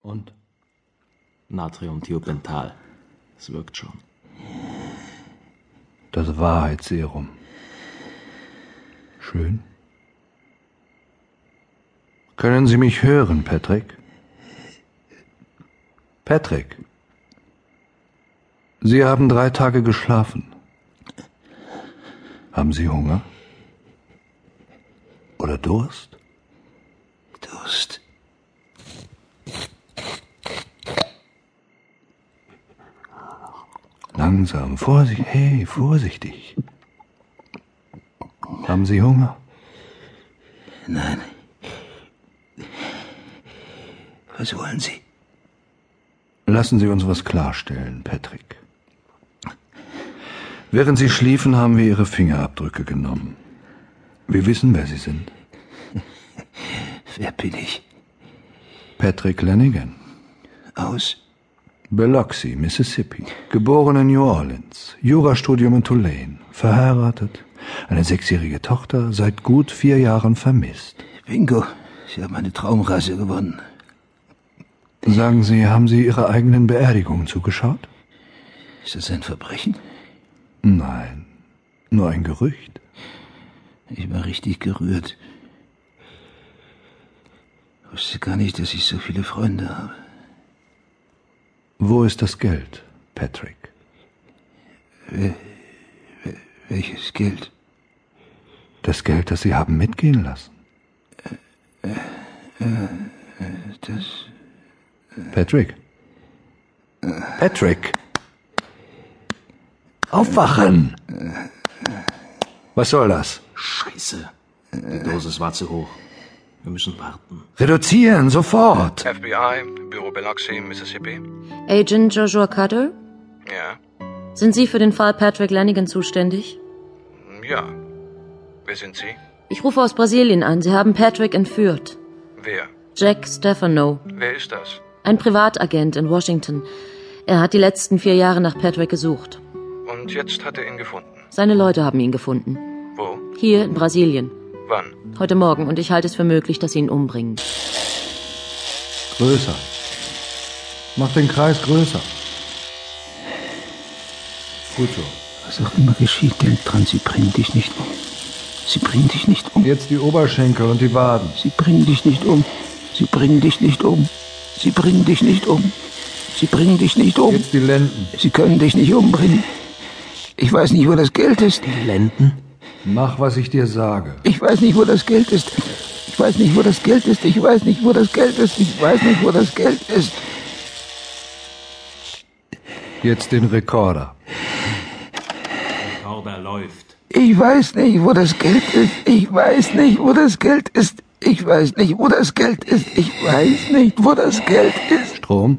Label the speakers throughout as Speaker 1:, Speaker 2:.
Speaker 1: Und Natriumthiopental. Es wirkt schon.
Speaker 2: Das Wahrheitsserum. Schön. Können Sie mich hören, Patrick? Patrick. Sie haben drei Tage geschlafen. Haben Sie Hunger? Oder Durst?
Speaker 3: Durst.
Speaker 2: Langsam, vorsichtig, hey, vorsichtig. Haben Sie Hunger?
Speaker 3: Nein. Was wollen Sie?
Speaker 2: Lassen Sie uns was klarstellen, Patrick. Während Sie schliefen, haben wir Ihre Fingerabdrücke genommen. Wir wissen, wer Sie sind.
Speaker 3: Wer bin ich?
Speaker 2: Patrick Lanigan,
Speaker 3: Aus?
Speaker 2: Biloxi, Mississippi, geboren in New Orleans, Jurastudium in Tulane, verheiratet, eine sechsjährige Tochter, seit gut vier Jahren vermisst.
Speaker 3: Bingo. Ich habe meine Traumreise gewonnen.
Speaker 2: Sagen Sie, haben Sie Ihrer eigenen Beerdigung zugeschaut?
Speaker 3: Ist das ein Verbrechen?
Speaker 2: Nein, nur ein Gerücht.
Speaker 3: Ich war richtig gerührt. Wusste gar nicht, dass ich so viele Freunde habe.
Speaker 2: Wo ist das Geld, Patrick?
Speaker 3: Welches Geld?
Speaker 2: Das Geld, das Sie haben mitgehen lassen.
Speaker 3: Das.
Speaker 2: Patrick? Patrick! Aufwachen! Was soll das?
Speaker 1: Scheiße. Die Dosis war zu hoch. Wir müssen warten.
Speaker 2: Reduzieren, sofort!
Speaker 4: FBI, Büro Biloxi, Mississippi.
Speaker 5: Agent Joshua Cutter,
Speaker 4: Ja.
Speaker 5: sind Sie für den Fall Patrick Lanigan zuständig?
Speaker 4: Hm, Ja. Wer sind Sie?
Speaker 5: Ich rufe aus Brasilien an. Sie haben Patrick entführt.
Speaker 4: Wer?
Speaker 5: Jack Stefano,
Speaker 4: Wer ist das?
Speaker 5: ein Privatagent in Washington. Er hat die letzten vier Jahre nach Patrick gesucht.
Speaker 4: Und jetzt hat er ihn gefunden.
Speaker 5: Seine Leute haben ihn gefunden.
Speaker 4: Wo?
Speaker 5: Hier in Brasilien.
Speaker 4: Wann?
Speaker 5: Heute Morgen und ich halte es für möglich, dass sie ihn umbringen.
Speaker 2: Größer. Mach den Kreis größer. Gut so.
Speaker 3: Was auch immer geschieht, denk dran, sie bringen dich nicht um. Sie bringen dich nicht um.
Speaker 2: Jetzt die Oberschenkel und die Waden.
Speaker 3: Sie bringen dich nicht um. Sie bringen dich nicht um. Sie bringen dich nicht um. Sie bringen dich nicht um.
Speaker 2: Jetzt die Lenden.
Speaker 3: Sie können dich nicht umbringen. Ich weiß nicht, wo das Geld ist.
Speaker 2: Mach, was ich dir sage.
Speaker 3: Ich weiß nicht, wo das Geld ist. Ich weiß nicht, wo das Geld ist. Ich weiß nicht, wo das Geld ist. Ich weiß nicht, wo das Geld ist.
Speaker 2: Jetzt den Rekorder.
Speaker 1: Rekorder läuft.
Speaker 3: Ich weiß nicht, wo das Geld ist. Ich weiß nicht, wo das Geld ist. Ich weiß nicht, wo das Geld ist. Ich weiß nicht, wo das Geld ist.
Speaker 2: Strom.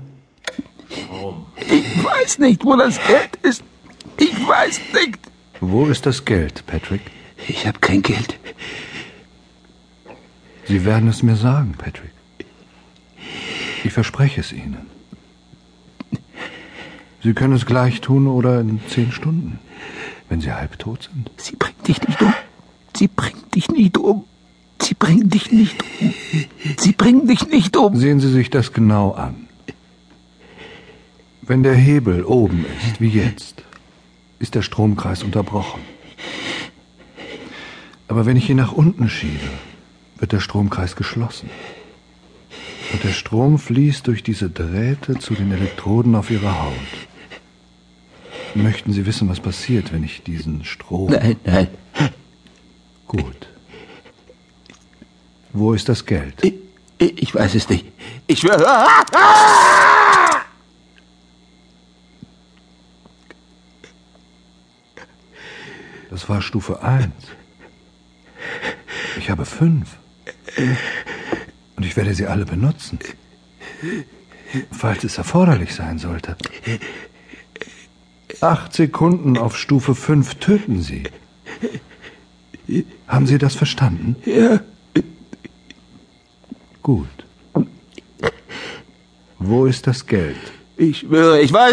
Speaker 3: Ich weiß nicht, wo das Geld ist. Ich weiß nicht.
Speaker 2: Wo ist das Geld, Patrick?
Speaker 3: Ich habe kein Geld.
Speaker 2: Sie werden es mir sagen, Patrick. Ich verspreche es Ihnen. Sie können es gleich tun oder in zehn Stunden, wenn Sie halbtot sind.
Speaker 3: Sie bringt dich nicht um. Sie bringt dich nicht um. Sie bringt dich nicht um. Sie bringt dich nicht um.
Speaker 2: Sehen Sie sich das genau an. Wenn der Hebel oben ist, wie jetzt, ist der Stromkreis unterbrochen. Aber wenn ich ihn nach unten schiebe, wird der Stromkreis geschlossen. Und der Strom fließt durch diese Drähte zu den Elektroden auf Ihrer Haut. Möchten Sie wissen, was passiert, wenn ich diesen Strom...
Speaker 3: Nein, nein.
Speaker 2: Gut. Wo ist das Geld?
Speaker 3: Ich, ich weiß es nicht. Ich schwöre. Ah!
Speaker 2: Das war Stufe 1. Ich habe fünf. Und ich werde sie alle benutzen. Falls es erforderlich sein sollte. Acht Sekunden auf Stufe 5 töten Sie. Haben Sie das verstanden? Ja. Gut. Wo ist das Geld?
Speaker 3: Ich schwöre, ich weiß.